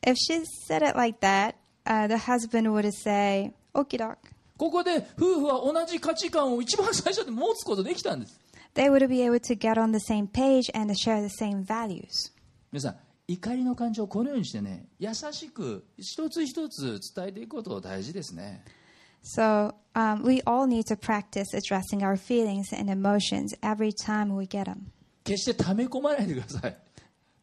B: If she said it like that, uh, the husband would say, okie doke.
A: ここで夫婦は同じ価値観を一番最初で持つことできたんです
B: They would be able to get on the same page and share the same values.
A: 皆さん怒りの感情をこのようにしてね優しく一つ一つ伝えていくことが大事ですね
B: So um, we all need to practice addressing our feelings and emotions every time we get them.
A: 決して溜め込まないでくだ さい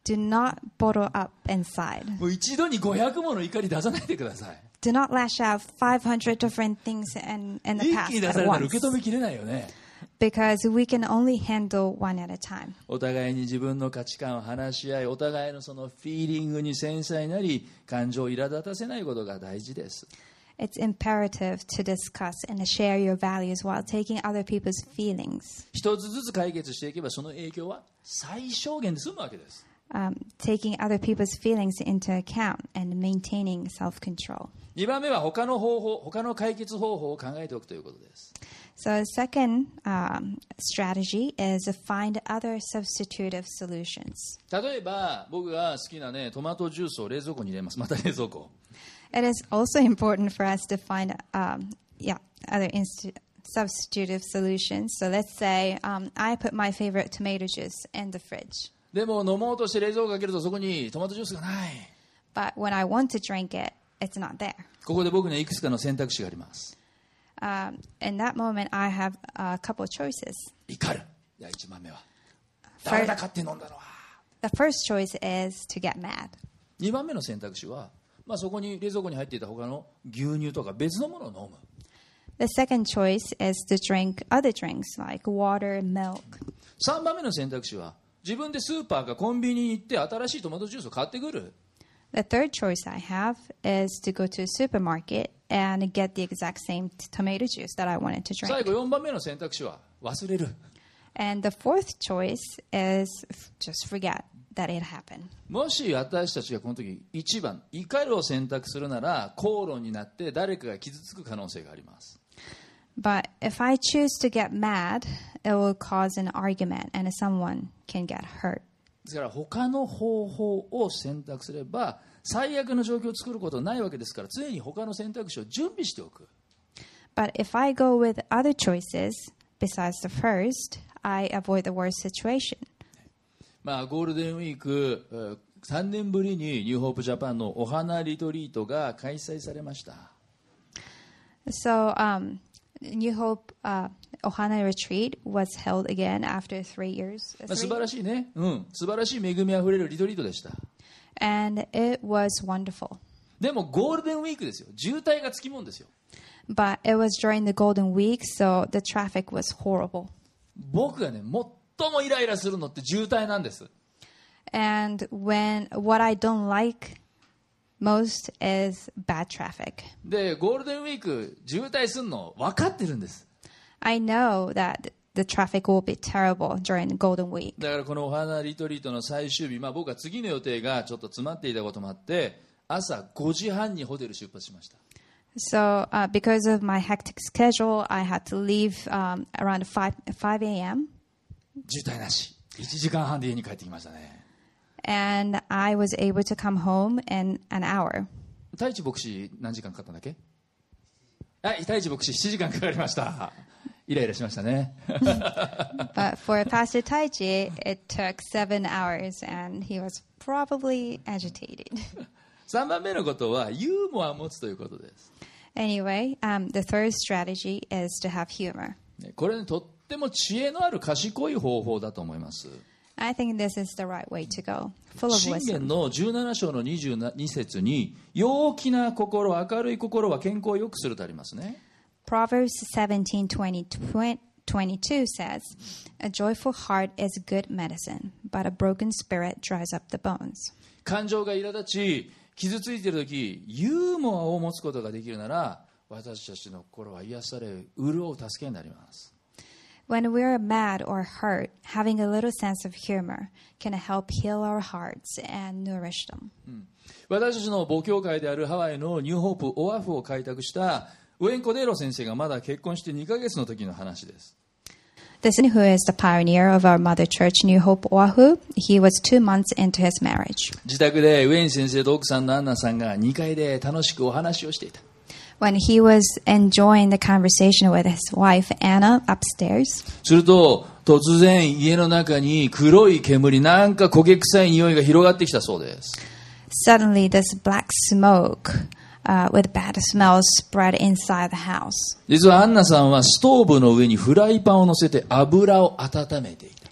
B: Do not bottle up inside.
A: もう一度に500もの怒り出さないでください
B: Do not lash out 500 different things in, in
A: 一
B: the
A: 気に出
B: past
A: さ
B: at
A: れたら
B: once.
A: 受け止めきれないよね
B: because we can only handle one at a time.
A: お互いに自分の価値観を話し合いお互いのそのフィーリングに繊細になり感情を苛立たせないことが大事です
B: It's imperative to discuss and share your values while taking other people's feelings.
A: 一つずつ解決していけばその影響は最小限で済むわけです
B: Um, taking other people's feelings into account and maintaining self control.
A: 2番目は他の方法他の解決方法を考えておくということです
B: So, second um, strategy is to find other substitutive solutions.
A: 例えば僕が好きなねトマトジュースを冷蔵庫に入れますまた冷蔵庫
B: It is also important for us to find um, yeah, other inst- substitutive solutions. So, let's say um, I put my favorite tomato juice in the fridge.
A: でも飲もうとして冷蔵庫かけるとそこにトマトジュースがない
B: but when I want to drink it, it's not there.
A: ここで僕にはいくつかの選択肢があります
B: Um, in that moment, I have a couple choices.
A: 怒るじゃあ1番目は
B: First-
A: 誰だ買って飲んだのは
B: The first choice is to get mad.
A: 2番目の選択肢は、まあ、そこに冷蔵庫に入っていた他の牛乳とか別のものを飲む
B: The second choice is to drink other drinks like water, milk.
A: 3番目の選択肢は自分でスーパーかコンビニに行って新しいトマトジュースを買ってくる
B: The third choice I have is to go to a supermarket and get the exact same t- tomato juice that I wanted to
A: 最
B: drink.
A: 後4番目の選択肢は忘れる
B: And the fourth choice is f- just forget that it happened.
A: もし私たちがこの時1番怒るを選択するなら口論になって誰かが傷つく可能性があります
B: But if I choose to get mad, it will cause an argument and someone can get hurt.
A: ですから他の方法を選択すれば最悪の状況を作ることはないわけですから常に他の選択肢を準備しておく
B: But if I go with other choices besides the first, I avoid the worst situation.
A: まあ、ゴールデンウィークえー3年ぶりにニューホープジャパンのお花リトリートが開催されました
B: So, um, New Hope uh, Ohana Retreat was held again after three years.
A: まあ
B: three-
A: 素晴らしいね、うん、素晴らしい恵みあふれるリトリートでした
B: and it was wonderful.
A: でもゴールデンウィークですよ渋滞がつきもんですよ
B: But it was during the Golden Week, so the traffic was horrible.
A: 僕がね最もイライラするのって渋滞なんです
B: And when what I don't like most is bad traffic.
A: でゴールデンウィーク渋滞するの分かってるんです
B: I know that the traffic will be terrible during Golden Week.
A: だからこのお花リトリートの最終日、まあ、僕は次の予定がちょっと詰まっていたこともあって朝5時半にホテル出発しました
B: So, uh, because of my hectic schedule, I had to leave um, around 5, 5 a.m.
A: 渋滞なし1時間半で家に帰ってきましたね
B: and I was able to come home in an hour.
A: 太一牧師何時間かかったんだっけはい、太一牧師、7時間かかりました。イライラしましたね。
B: But for Pastor Taichi, it took seven hours and he was probably agitated.
A: 3番目のことは、ユーモアを持つということです。
B: Anyway, um, the third strategy is to have humor.
A: ねこれね、とっても知恵のある賢い方法だと思います。
B: I think this is the right way to go, full of
A: 信
B: wisdom.
A: 玄の17章の22節に、陽気な心、明るい心は健康を良くするとありますね。
B: Proverbs 17 20, 22 says, A joyful heart is good medicine, but a broken spirit dries up the bones.
A: 感情が苛立ち、傷ついている時ユーモアを持つことができるなら、私たちの心は癒され、潤う助けになります。
B: When we are mad or hurt, having a little sense of humor can help heal our hearts and nourish them.
A: 私たちの母教会であるハワイのニューホープ・オアフを開拓したウェン・コデーロ先生がまだ結婚して2ヶ月の時の話です。
B: Desen, who is the pioneer of our mother church, New Hope Oahu, he was two months into his marriage.
A: 自宅でウェイン先生と奥さんのアンナさんが2階で楽しくお話をしていた。
B: When he was enjoying the conversation with his wife, Anna, upstairs,
A: すると突然家の中に黒い煙、なんか焦げ臭い匂いが広がってきたそうです。
B: suddenly this black smoke uh, with bad smells spread inside the house.
A: 実はアンナさんはストーブの上にフライパンを乗せて油を温めていた。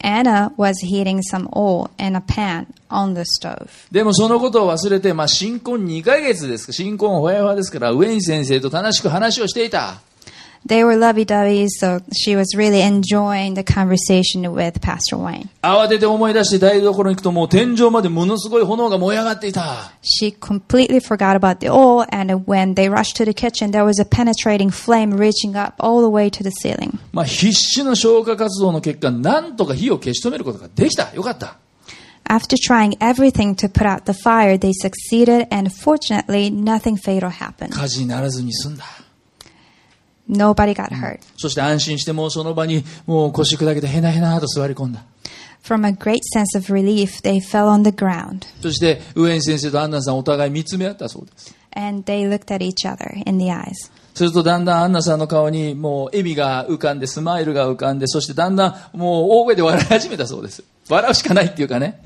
B: Anna was heating some oil in a pan on the stove.
A: でもそのことを忘れて、まあ、新婚2ヶ月です。新婚ほやほやですから、ウェイン先生と楽しく話をしていた。
B: They were lovey dovey, so she was really enjoying the conversation with Pastor Wayne.
A: 慌てて思い出して台所に行くともう天井までものすごい炎が燃え上がっていた
B: She completely forgot about the oil, and when they rushed to the kitchen, there was a penetrating flame reaching up all the way to the ceiling.
A: まあ必死の消火活動の結果なんとか火を消し止めることができたよかった
B: After trying everything to put out the fire, they succeeded, and fortunately, nothing fatal happened.
A: 火事にならずに済んだ
B: Nobody got hurt.
A: そして安心してもうその場にもう腰砕けてへなへなと座り込んだ
B: From a great sense of relief, they fell on the ground,
A: そしてウェイン先生とアンナさんお互い見つめ合ったそうです
B: and they looked at each other in the eyes.
A: するとだんだんアンナさんの顔にもう笑みが浮かんでスマイルが浮かんでそしてだんだんもう大声で笑い始めたそうです笑うしかないっていうかね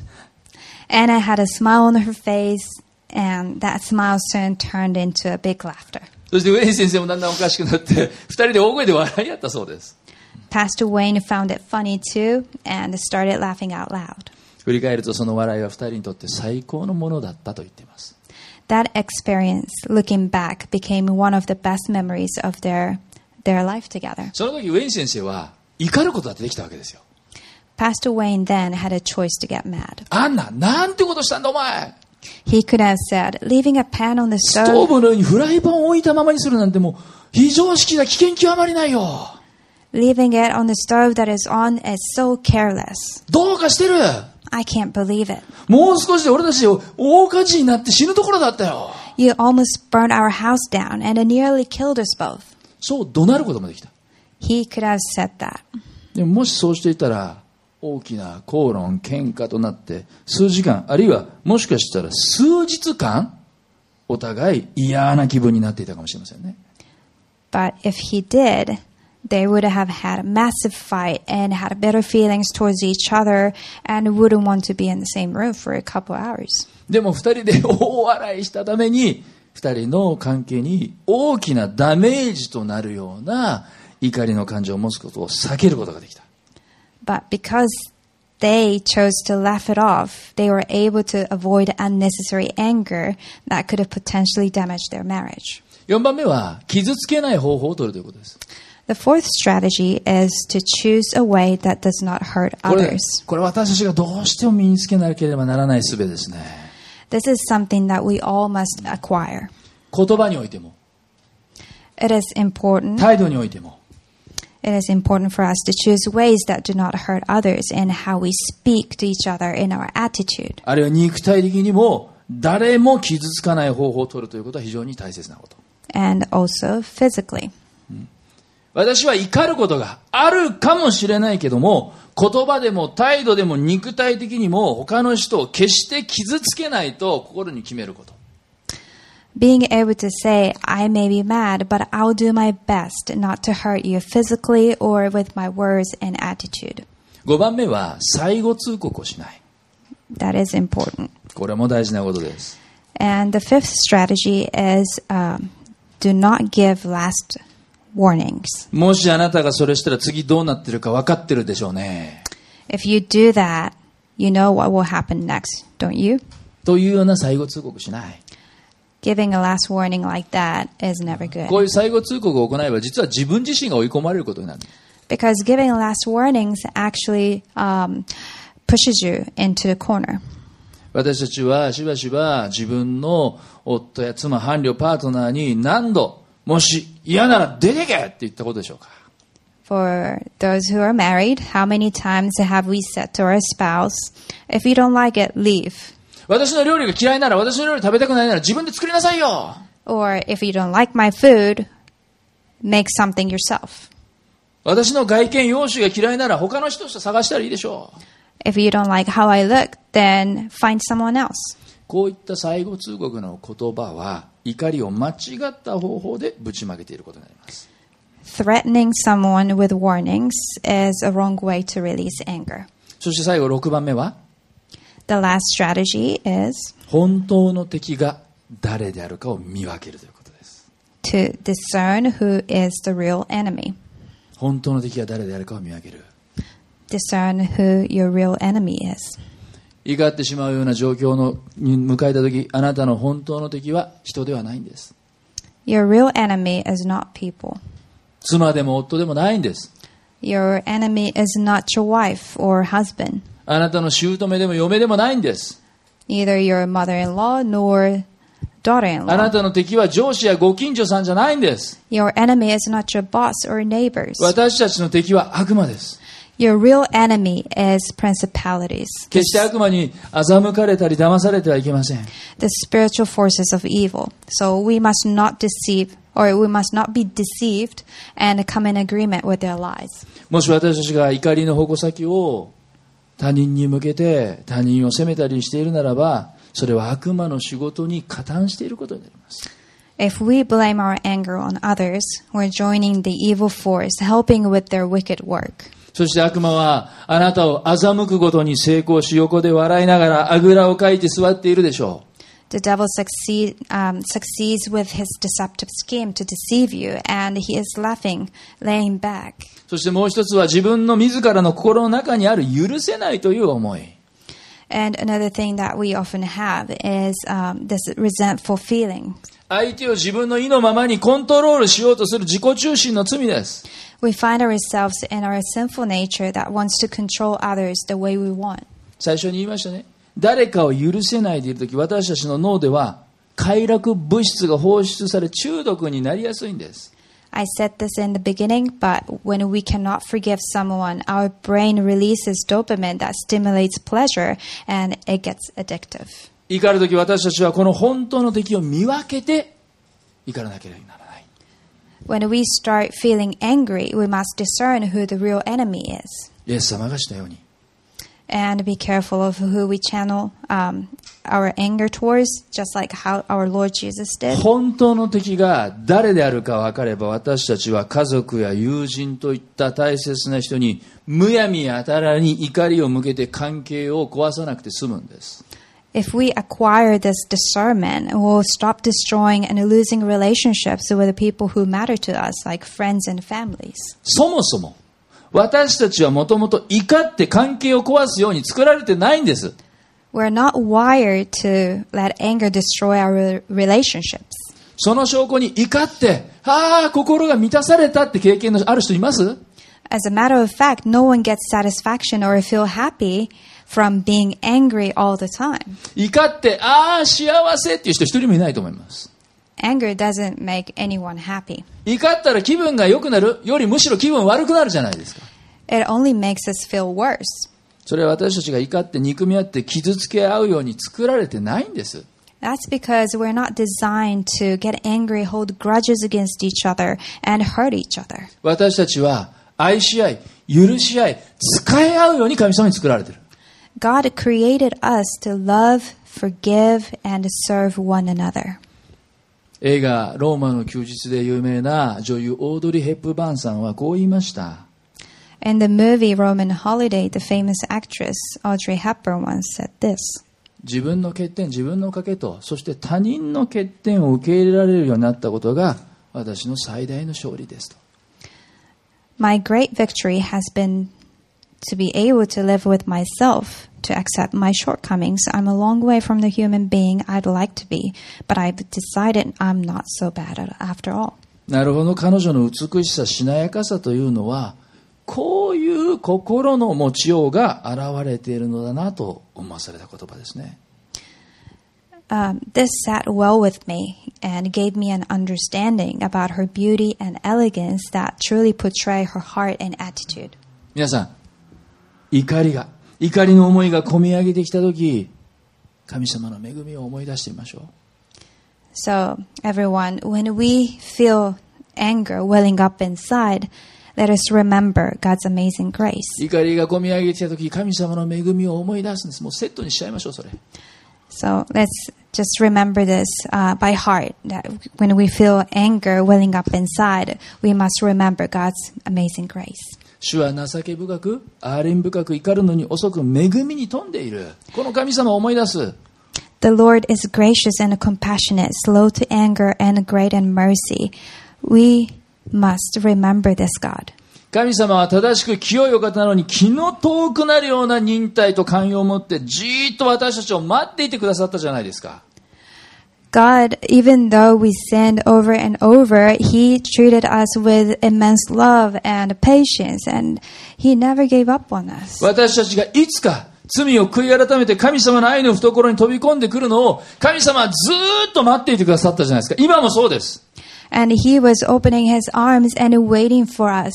B: Anna had a smile on her face, and that smile soon turned into a big laughter.
A: そしてウェイン先生もだんだんおかしくなって二人で大声で笑い合ったそうです
B: Pastor Wayne found it funny too and started laughing out loud.
A: 振り返るとその笑いは2人にとって最高のものだったと言っています
B: That experience, looking back, became one of the best memories of their, their life together.
A: その時ウェイン先生は怒ることだってできたわけですよ
B: Pastor Wayne then had a choice to get mad.
A: アンナなんてことしたんだお前
B: He could have said, leaving a pan on the
A: ストー
B: stove,
A: ブの上にフライパンを置いたままにするなんてもう非常識だ危険極まりないよ
B: leaving it on the stove that is on is so careless.
A: どうかしてる
B: I can't believe it.
A: もう少しで俺たち大火事になって死ぬところだったよ
B: You almost burned our house down and it nearly killed us both.
A: そう怒鳴ることもできた
B: He could have said that.
A: でももしそうしていたら大きな口論喧嘩となって数時間あるいはもしかしたら数日間お互い嫌な気分になっていたかもしれませんね
B: But if he did, they would have had a massive fight and had bitter feelings towards each other and wouldn't want to be in the same room for a couple hours.
A: でも2人で大笑いしたために2人の関係に大きなダメージとなるような怒りの感情を持つことを避けることができた
B: But because they chose to laugh it off, they were able to avoid unnecessary anger that could have potentially damaged their marriage.
A: 4番目は傷つけない方法を取るということです
B: The fourth strategy is to choose a way that does not hurt
A: これ
B: others.
A: これ私たちがどうしても身につけなければならない術ですね
B: This is something that we all must acquire.
A: 言葉においても
B: It is important
A: 態度においても
B: It is important for us to choose ways that do not hurt others in how we speak to each other in our attitude.
A: あるいは肉体的にも誰も傷つかない方法を取るということは非常に大切なこと
B: And also physically.
A: 私は怒ることがあるかもしれないけども言葉でも態度でも肉体的にも他の人を決して傷つけないと心に決めること
B: Being able to say, I may be mad, but I'll do my best not to hurt you physically or with my words and attitude.
A: 5番目は最後通告をしない
B: That is important.
A: これも大事なことです
B: And the fifth strategy is um, do not give last warnings.
A: もしあなたがそれしたら次どうなってるか分かってるでしょうね
B: If you do that, you know what will happen next, don't you?
A: というような最後通告しない
B: Giving a last warning like that is never good.
A: こういう最後通告を行えば実は自分自身が追い込まれることになる
B: Because giving last warnings actually um, pushes you into the corner.
A: 私たちはしばしば自分の夫や妻伴侶パートナーに何度もし嫌なら出てけって言ったことでしょうか
B: For those who are married, how many times have we said to our spouse, if you don't like it, leave?
A: 私の料理が嫌いなら私の料理食べたくないなら自分で作りなさいよ
B: Or if you don't like my food, make something yourself.
A: 私の外見容姿が嫌いなら他の人と探したらいいでしょう
B: If you don't like how I look, then find someone else.
A: こういった最後通告の言葉は怒りを間違った方法でぶちまけていることになります
B: Threatening someone with warnings is a wrong way to release anger.
A: そして最後6番目は
B: The last strategy is
A: 本当の敵が誰であるかを見分けるということです
B: to discern who is the real enemy.
A: 本当の敵が誰であるかを見分ける
B: Discern who your real enemy is.
A: 怒ってしまうような状況のに迎えた時あなたの本当の敵は人ではないんです
B: Your real enemy is not people.
A: 妻でも夫でもないんです
B: Your enemy is not your wife or husband,
A: あなたの姑でも嫁でもないんです。
B: neither your mother in law nor daughter in
A: あな
B: law.
A: たの敵は上司やご近所さんじゃないんです。
B: Your enemy is not your boss or neighbors.
A: 私たちの敵は悪魔です。
B: Your real enemy is principalities,
A: 決して悪魔に欺かれたり騙されてはいけません。
B: the spiritual forces of evil. So we must not deceive, or we must not be deceived and come in agreement with their lies.
A: もし私たちが怒りの矛先を他人に向けて他人を責めたりしているならば、それは悪魔の仕事に加担していることになります。
B: If we blame our anger on others, we're joining the evil force, helping with their wicked work.
A: そして悪魔はあなたを欺くことに成功し横で笑いながらあぐらをかいて座っているでしょう。
B: The devil succeed, um, succeeds with his deceptive scheme to deceive you, and he is laughing, laying back.
A: そしてもう一つは自分の自らの心の中にある許せないという思い。
B: And another thing that we often have is um, this resentful feeling.
A: 相手を自分の意のままにコントロールしようとする自己中心の罪です。
B: We find ourselves in our sinful nature that wants to control others the way we want.
A: 最初に言いましたね。誰かを許せないでいるとき、私たちの脳では快楽物質が放出され中毒になりやすいんです。
B: I said this in the beginning, but when we cannot forgive someone, our brain releases dopamine that stimulates pleasure and it gets addictive.
A: 怒るとき私たちはこの本当の敵を見分けて怒らなければならない。
B: When we start feeling angry, we must discern who the real enemy is
A: イエス様がしたように。
B: and be careful of who we channel um, our anger towards, just like how our Lord Jesus did.
A: 本当の敵が誰であるか分かれば私たちは家族や友人といった大切な人にむやみやたらに怒りを向けて関係を壊さなくて済むんです
B: If we acquire this discernment, we'll stop destroying and losing relationships with the people who matter to us, like friends and families.
A: そもそも私たちはもともと怒って関係を壊すように作られてないんです
B: We're not wired to let anger destroy our re- relationships.
A: その証拠に怒ってああ心が満たされたって経験のある人います
B: As a matter of fact, no one gets satisfaction or feel happy from being angry all the time.
A: 怒ってああ幸せっていう人一人もいないと思います
B: Anger doesn't make anyone happy.
A: 怒ったら気分が良くなるよりむしろ気分悪くなるじゃないですか
B: It only makes us feel worse.
A: それは私たちが怒って憎み合って傷つけ合うように作られてないんです。
B: That's because we're not designed to get angry, hold grudges against each other, and hurt each other.
A: 私たちは愛し合い、許し合い、使い合うように神様に作られてる。
B: God created us to love, forgive, and serve one another.
A: 映画「ローマの休日」で有名な女優オードリー・ヘップバーンさんはこう言いました
B: In the movie Roman Holiday, the famous actress Audrey Hepburn once said this
A: 自分の欠点自分の賭けとそして他人の欠点を受け入れられるようになったことが私の最大の勝利ですと
B: My great victory has been to be able to live with myself, to accept my shortcomings. I'm a long way from the human being I'd like to be, but I've decided I'm not so bad at- after all.
A: なるほど彼女の美しさしなやかさというのはこういう心の持ちようが現れているのだなと思わされた言葉ですね
B: Um, this sat well with me and gave me an understanding about her beauty and elegance that truly portray her heart and attitude.
A: 皆さん怒りが怒りの思いが込み上げてきた時神様の恵みを思い出してみましょう
B: So, everyone, when we feel anger welling up inside, let us remember God's amazing grace.
A: 怒りが込み上げてきた時神様の恵みを思い出すんですもうセットにしちゃいましょうそれ
B: So, let's just remember this uh, by heart that when we feel anger welling up inside, we must remember God's amazing grace.
A: 主は情け深く憐れみ深く怒るのに遅く恵みに富んでいるこの神様を思い出す
B: The Lord is gracious and compassionate, slow to anger, and great in mercy. We must remember this God.
A: 神様は正しく清いお方なのに気の遠くなるような忍耐と寛容を持ってじーっと私たちを待っていてくださったじゃないですか
B: God, even though we sinned over and over, He treated us with immense love and patience, and He never gave up on us.
A: 私たちがいつか罪を悔い改めて神様の愛の懐に飛び込んでくるのを神様はずーっと待っていてくださったじゃないですか今もそうです
B: And He was opening His arms and waiting for us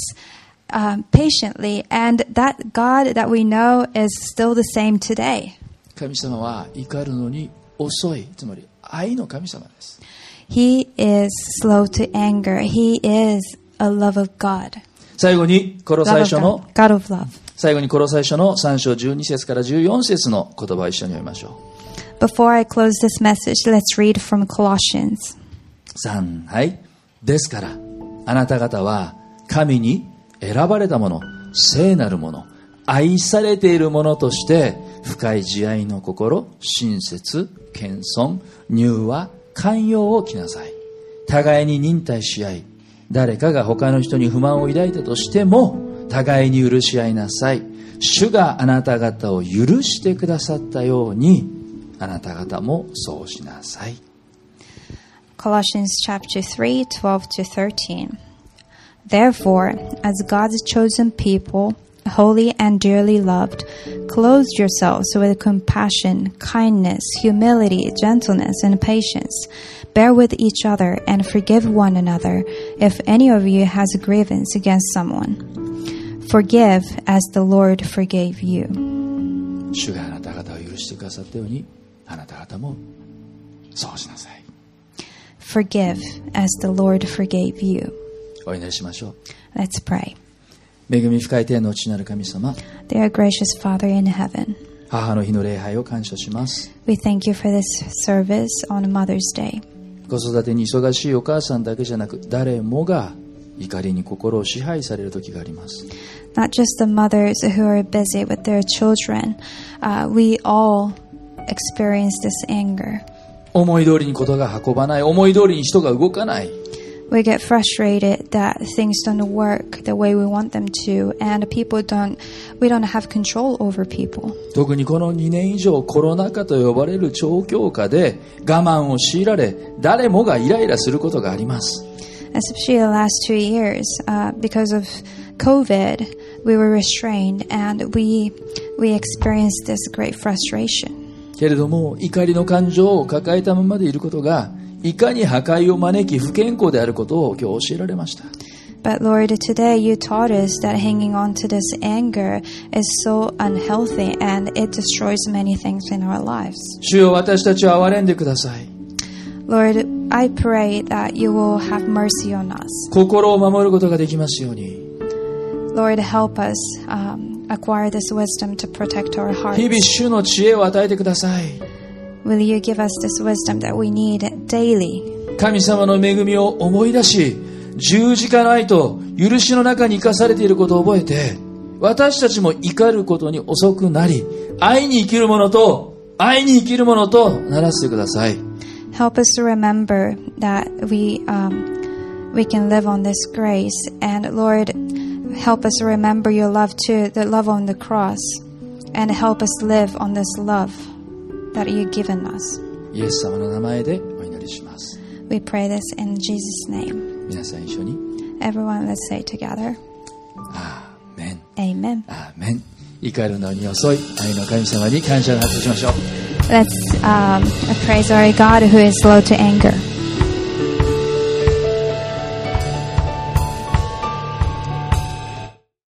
B: um, patiently, and that God that we know is still the same today.
A: 神様は怒るのに遅いつまり愛の神様です
B: He is slow to anger. He is a love of God.
A: 最後にこの最
B: Love
A: 初
B: of
A: の
B: God. God of love.
A: 最後にこの最初の3章12節から14節の言葉を一緒に読みましょ
B: Before I close this message, let's read from Colossians.
A: う3はいですからあなた方は神に選ばれたもの聖なるもの愛されているものとして深い慈愛の心親切謙遜柔和寛容を着なさい互いに忍耐し合い誰かが他の人に不満を抱いたとしても互いに許し合いなさい主があなた方を許してくださったようにあなた方もそうしなさい
B: Colossians chapter 3, 12 to 13. Therefore, as God's chosen people, holy and dearly loved, clothe yourselves with compassion, kindness, humility, gentleness, and patience. Bear with each other and forgive one another if any of you has a grievance against someone. Forgive as the Lord forgave you.
A: 主があなた方を許してくださったようにあなた方もそうしなさい
B: Forgive as the Lord forgave you.
A: お祈りしましょ
B: Let's pray.
A: う恵み深い天の父なる神様
B: Dear gracious Father in heaven,
A: 母の日の礼拝を感謝します
B: we thank you for this service on Mother's Day.
A: 子育てに忙しいお母さんだけじゃなく誰もが怒りに心を支配される時があります
B: Not just the mothers who are busy with their children, uh, we all experience this anger.
A: 思い通りにことが運ばない思い通りに人が動かない
B: We get frustrated that things don't work the way we want them to, and people don't, we don't have control over people.
A: 特にこの2年以上コロナ禍と呼ばれる超強化で我慢を強いられ誰もがイライラすることがあります
B: especially the last two years uh, because of COVID, we were restrained and we we experienced this great frustration.
A: けれども怒りの感情を抱えたままでいることがいかに破壊を招き不健康であることを今日教えられました
B: But Lord, today you taught us that hanging on to this anger is so unhealthy and it destroys many things in our lives.
A: 主よ私たちを憐れんでください
B: Lord, I pray that you will have mercy on us.
A: 心を守ることができますように
B: Lord, help us um, acquire this wisdom to protect our
A: 日
B: hearts.
A: 々主の知恵を与えてください
B: Will you give us this wisdom that we need daily?
A: 神様の恵みを思い出し十字架の愛と許しの中に生かされていることを覚えて私たちも怒ることに遅くなり愛に生きるものと愛に生きるものとならせてください
B: Help us to remember that we um, we can live on this grace, and Lord, help us to remember your love too, the love on the cross, and help us live on this love that you've given us.
A: イエス様の名前でお祈りします
B: We pray this in Jesus' name.
A: 皆さん一緒に
B: Everyone, let's say together,
A: アーメン
B: Amen.
A: アーメン怒るのに遅い愛の神様に感謝の発表しましょう
B: Let's um, praise our God who is slow to anger.